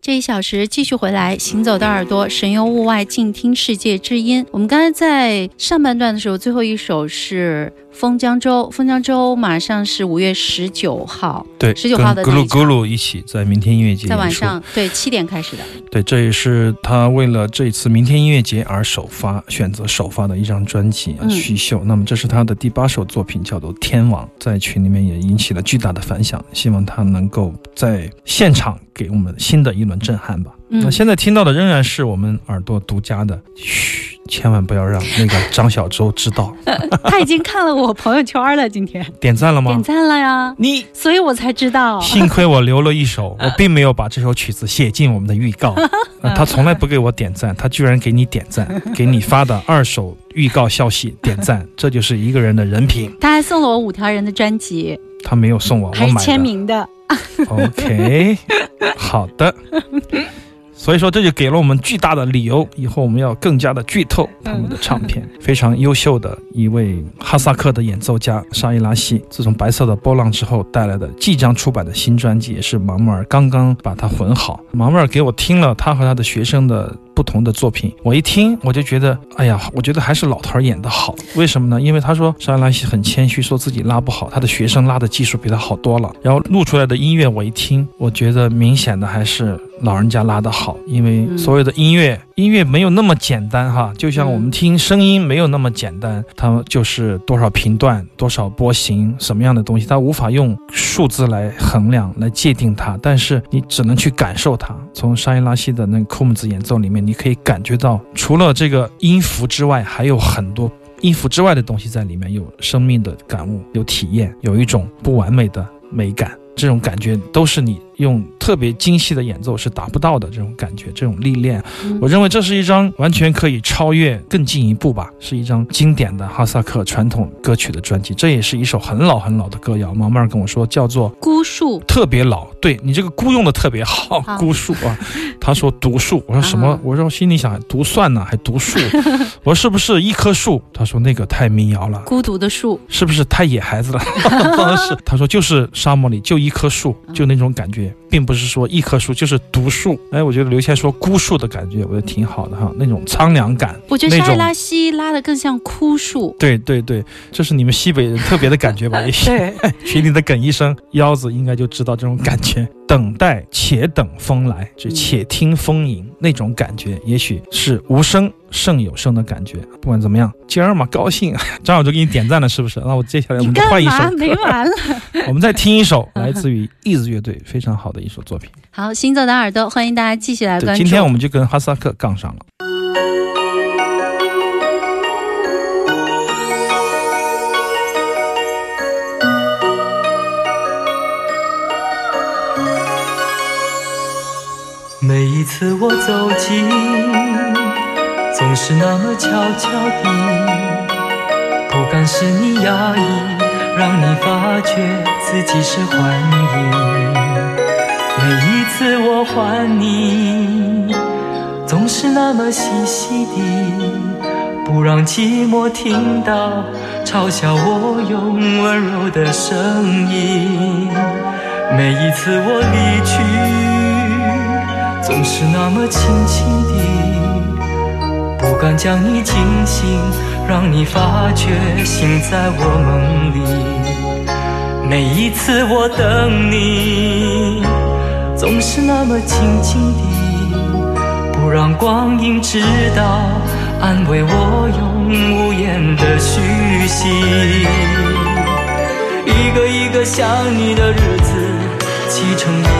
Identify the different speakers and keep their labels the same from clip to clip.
Speaker 1: 这一小时继续回来，行走的耳朵，神游物外，静听世界之音。我们刚才在上半段的时候，最后一首是《封江州》，《封江州》马上是五月十九号，
Speaker 2: 对，
Speaker 1: 19
Speaker 2: 跟
Speaker 1: 号的
Speaker 2: 咕
Speaker 1: 那一
Speaker 2: 噜咕
Speaker 1: 场
Speaker 2: 噜一起在明天音乐节
Speaker 1: 在晚
Speaker 2: 演出
Speaker 1: 上对七点开始 的。
Speaker 2: 对，这也是他为了这次明天音乐节而首发选择首发的一张专辑《
Speaker 1: 嗯
Speaker 2: 虚秀》。那么这是他的第八首作品，叫做《天王》，在群里面也引起了巨大的反响。希望他能够在现场给我们新的一轮震撼吧。
Speaker 1: 嗯
Speaker 2: 那现在听到的仍然是我们耳朵独家的，嘘，千万不要让那个张小舟知 道。
Speaker 1: 他已经看了我朋友圈了，今天
Speaker 2: 点赞了
Speaker 1: 点
Speaker 2: 吗？
Speaker 1: 赞了呀，
Speaker 2: 你
Speaker 1: 所以我才知道。
Speaker 2: 幸亏我留了一首，我并没有把这首曲子写进我们的预告。呃他从来不给我点赞，他居然给你点赞，给你发的二手预告消息点赞，这就是一个人的人品。
Speaker 1: 他还送了我五条人的专辑，
Speaker 2: 他没哦有送我，我
Speaker 1: 还是
Speaker 2: 买
Speaker 1: 签
Speaker 2: 的。
Speaker 1: 名的。
Speaker 2: OK，好的。所以说这就给了我们巨大的理由，以后我们要更加的剧透他们的唱片。非常优秀的一位哈萨克的演奏家沙伊拉西，自从《白色的波浪》之后带来的即将出版的新专辑，也是盲目尔刚刚把它混好。盲目尔给我听了他和他的学生的不同的作品，我一听我就觉得，哎呀，我觉得还是老头儿演的好。为什么呢？因为他说沙伊拉西很谦虚，说自己拉不好，他的学生拉的技术比他好多了。然后录出来的音乐，我一听，我觉得明显的还是老人家拉的好，因为
Speaker 1: 嗯
Speaker 2: 所有的音乐，音乐没有那么简单哈，就像
Speaker 1: 嗯
Speaker 2: 我们听声音没有那么简单，它就是多少频段、多少波形、什么样的东西，它无法用数字来衡量、来界定它，但是你只能去感受它。从沙伊拉西的那个库姆兹演奏里面，你可以感觉到，除了这个音符之外，还有很多音符之外的东西在里面，有生命的感悟，有体验，有一种不完美的美感。这种感觉都是你用特别精细的演奏是达不到的，这种感觉，这种历练，
Speaker 1: 嗯
Speaker 2: 我认为这是一张完全可以超越更进一步吧，是一张经典的哈萨克传统歌曲的专辑。这也是一首很老很老的歌谣，毛毛跟我说叫做
Speaker 1: 孤树，
Speaker 2: 特别老，对你这个“孤”用的特别好
Speaker 1: 好，
Speaker 2: 孤树啊。他说读树，我说什么
Speaker 1: 啊？
Speaker 2: 我说心里想读算呢，还读树？我说是不是一棵树？他说那个太民谣了。
Speaker 1: 孤独的树，
Speaker 2: 是不是太野孩子了？ 当然是，他说就是沙漠里就一棵树，
Speaker 1: 嗯
Speaker 2: 就那种感觉，并不是说一棵树就是独树。哎，我觉得刘谦说孤树的感觉，我觉得挺好的
Speaker 1: 嗯
Speaker 2: 哈，那种苍凉感。
Speaker 1: 我觉得
Speaker 2: 那
Speaker 1: 沙
Speaker 2: 种
Speaker 1: 拉西拉的更像枯 树。
Speaker 2: 对对对，这是你们西北人特别的感觉吧？也许
Speaker 1: 对，
Speaker 2: 群里的耿医生腰子应该就知道这种感觉。等待，且等风来，就
Speaker 1: 嗯
Speaker 2: 且听风吟、那种感觉，也许是无声胜有声的感觉。不管怎么样，今儿嘛高兴， 正好就给你点赞了，是不是？那我接下来我
Speaker 1: 你
Speaker 2: 们就
Speaker 1: 干
Speaker 2: 换一首
Speaker 1: 嘛
Speaker 2: 歌。
Speaker 1: 没完了？
Speaker 2: 我们再听一首来自于 Ease 乐队非常好的一首作品。
Speaker 1: 好，行走的耳朵，欢迎大家继续来
Speaker 2: 对，
Speaker 1: 关注。
Speaker 2: 今天我们就跟哈萨克杠上了。
Speaker 3: 每一次我走近，总是那么悄悄地，不敢使你压抑，让你发觉自己是幻影。每一次我还你，总是那么细细地，不让寂寞听到嘲笑我用温柔的声音。每一次我离去，总是那么轻轻地，不敢将你惊醒，让你发觉醒在我梦里。每一次我等你，总是那么静静地，不让光阴知道，安慰我用无言的讯息。一个一个想你的日子，砌成一栋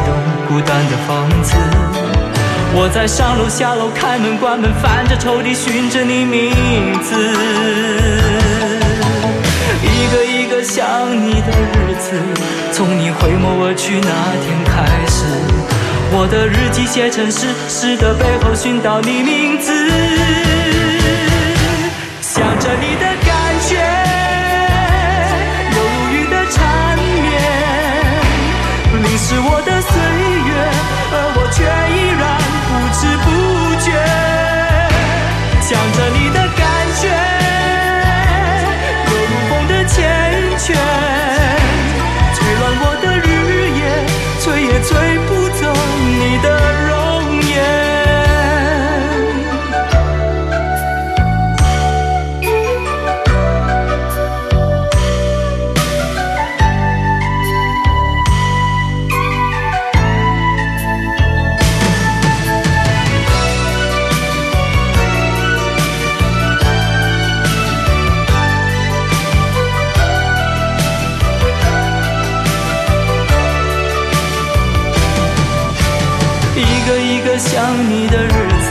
Speaker 3: 孤单的房子。我在上楼下楼开门关门，翻着抽屉寻着你名字。一个一个想你的日子，从你回眸而去那天开始，我的日记写成诗，诗的背后寻到你名字。想着你的感觉，犹如云的缠绵，淋湿我的岁月，而我却依然不知不觉。想着你的感觉，犹如风的缱绻，吹乱我的日夜，吹也吹不走你的容颜。一个一个想你的日子，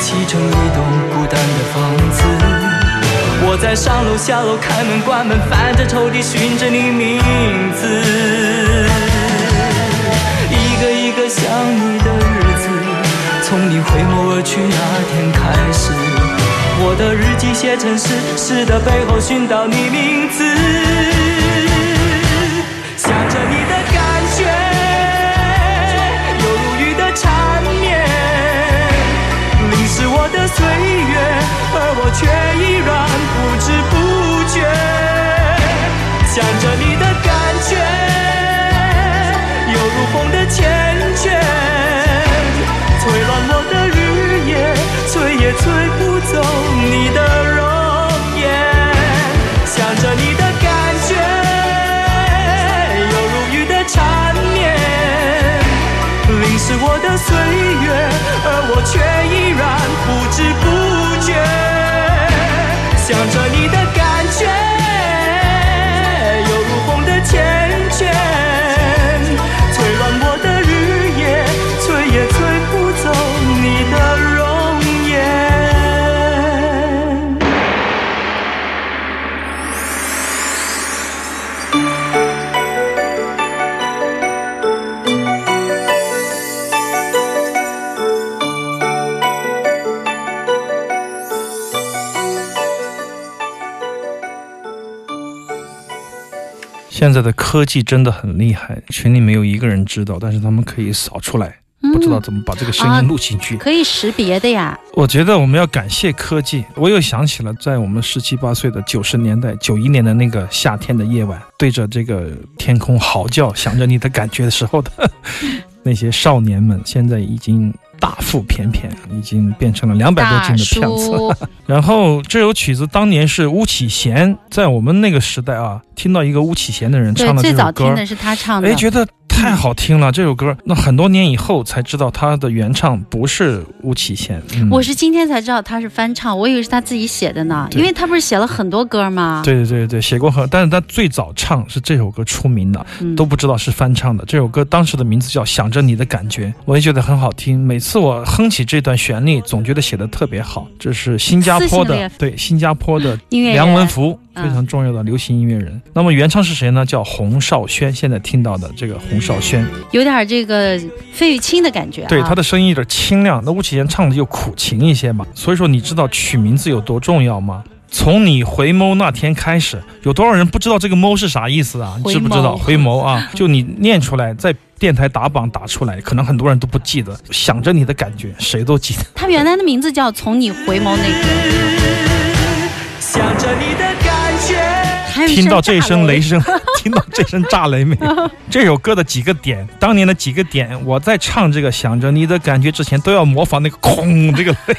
Speaker 3: 砌成一栋孤单的房子。我在上楼下楼开门关门，翻着抽屉寻着你名字。一个一个想你的日子，从你回眸而去那天开始，我的日记写成诗，诗的背后寻到你名字。想着你的感觉，犹如雨的缠绵，
Speaker 2: 现在的科技真的很厉害，群里没有一个人知道，但是他们可以扫出来，不知道
Speaker 1: 嗯、
Speaker 2: 怎么把这个声
Speaker 1: 啊
Speaker 2: 音录进去。
Speaker 1: 可以识别的呀。
Speaker 2: 我觉得我们要感谢科技。我又想起了在我们十七八岁的九十年代、九一年的那个夏天的夜晚，对着这个天空嚎叫，想着你的感觉的时 候的那些少年们，现在已经大腹便便，已经变成了两百多斤
Speaker 1: 大
Speaker 2: 的骗子。
Speaker 1: 叔，
Speaker 2: 然后这首曲子当年是巫启贤，在我们那个时代啊，听到一个巫启贤的人
Speaker 1: 对
Speaker 2: 唱，的这
Speaker 1: 最
Speaker 2: 首
Speaker 1: 早
Speaker 2: 歌
Speaker 1: 听，的是他唱的
Speaker 2: 哎，。觉得太好听了。这首歌，那很多年以后才知道他的原唱不是巫启贤。嗯、
Speaker 1: 我是今天才知道他是翻唱，我以为是他自己写的呢，
Speaker 2: 对
Speaker 1: 因为他不是写了很多歌吗？，
Speaker 2: 对对对对，写过很，但是他最早唱是这首歌出名的，
Speaker 1: 嗯、
Speaker 2: 都不知道是翻唱的。这首歌当时的名字叫《想着你的感觉》，我也觉得很好听。每次我哼起这段旋律，总觉得写的特别好。这是新加
Speaker 1: 撕
Speaker 2: 坡
Speaker 1: 心裂
Speaker 2: 的
Speaker 1: 肺，
Speaker 2: 对新加坡的
Speaker 1: 音乐人
Speaker 2: 梁文福，非
Speaker 1: 嗯
Speaker 2: 常重要的流行音乐人。那么原唱是谁呢？叫洪少轩，现在听到的这个洪少轩，
Speaker 1: 有点这个费玉清的感觉、啊。
Speaker 2: 对他的声音有点清亮。那巫启贤唱的又苦情一些嘛，所以说你知道取名字有多重要吗？从你回眸那天开始，有多少人不知道这个眸是啥意思啊？你知不知道
Speaker 1: 回
Speaker 2: 回眸啊？就你念出来，在电台打榜打出来，可能很多人都不记得。想着你的感觉，谁都记得。
Speaker 1: 他原来的名字叫《从你回眸那天》，
Speaker 3: 想着你的感觉。
Speaker 1: 还有
Speaker 2: 听到这一
Speaker 1: 大
Speaker 2: 声雷声， 听到这声炸 雷没？这首歌的几个点，当年的几个点，我在唱这个想着你的感觉之前，都要模仿那个空这个雷，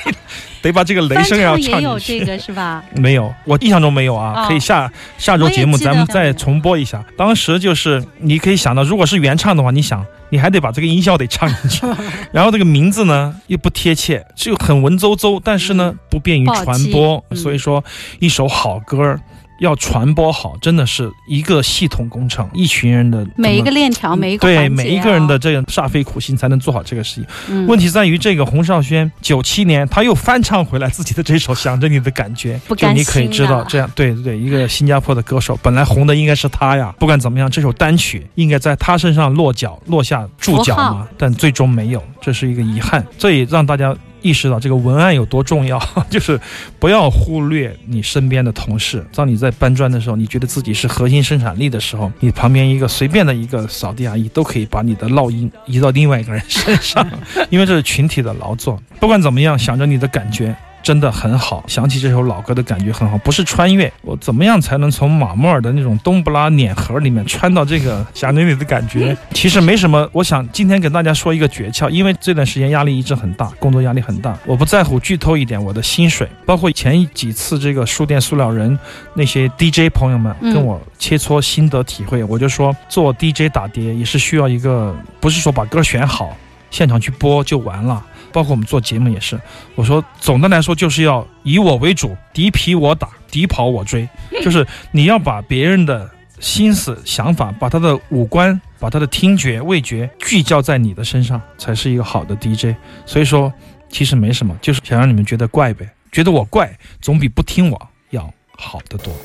Speaker 2: 得把这个雷
Speaker 1: 翻
Speaker 2: 声要
Speaker 1: 唱
Speaker 2: 唱
Speaker 1: 也
Speaker 2: 进
Speaker 1: 有
Speaker 2: 去
Speaker 1: 这。个是吧？
Speaker 2: 没有，我印象中没有啊，
Speaker 1: 哦
Speaker 2: 可以下下周节目咱们再重播一下。当时就是你可以想到，如果是原唱的话，你想你还得把这个音效得唱进 去，然后这个名字呢又不贴切，就很文绉绉，但是呢不便于
Speaker 1: 不好
Speaker 2: 传
Speaker 1: 记
Speaker 2: 播，
Speaker 1: 嗯
Speaker 2: 所以说一首好歌。要传播好，真的是一个系统工程，一群人的
Speaker 1: 每一个
Speaker 2: 怎么
Speaker 1: 链条，每一个环节、啊
Speaker 2: 对每一个人的，这个煞费苦心才能做好这个事情。
Speaker 1: 嗯、
Speaker 2: 问题在于这个洪少轩九七年他又翻唱回来自己的这首《想着你的感觉》，
Speaker 1: 不
Speaker 2: 就
Speaker 1: 甘
Speaker 2: 你可以
Speaker 1: 心
Speaker 2: 知道
Speaker 1: 啊，
Speaker 2: 这样对对对，一个新加坡的歌手，本来红的应该是他呀。不管怎么样，这首单曲应该在他身上落脚落下注脚
Speaker 1: 符
Speaker 2: 嘛
Speaker 1: 号，
Speaker 2: 但最终没有，这是一个遗憾。这也让大家。意识到这个文案有多重要， 就是不要忽略你身边的同事。当你在搬砖的时候，你觉得自己是核心生产力的时候，你旁边一个随便的一个扫地阿姨都可以把你的烙印移到另外一个人身上。 因为这是群体的劳作。不管怎么样，想着你的感觉真的很好，想起这首老歌的感觉很好，不是穿越，我怎么样才能从马莫尔的那种冬不拉碾盒里面穿到这个想着你的感觉？其实没什么，我想今天给大家说一个诀窍，因为这段时间压力一直很大，工作压力很大，我不在乎剧透一点我的薪水，包括前几次这个书店塑料人那些 DJ 朋友们
Speaker 1: 嗯
Speaker 2: 跟我切磋心得体会，我就说做 DJ 打碟也是需要一个，不是说把歌选好，现场去播就完了。包括我们做节目也是，我说总的来说就是要以我为主，敌疲我打，敌跑我追，就是你要把别人的心思、想法，把他的五官、把他的听觉、味觉聚焦在你的身上，才是一个好的 DJ。所以说，其实没什么，就是想让你们觉得怪呗，觉得我怪，总比不听我要好得多。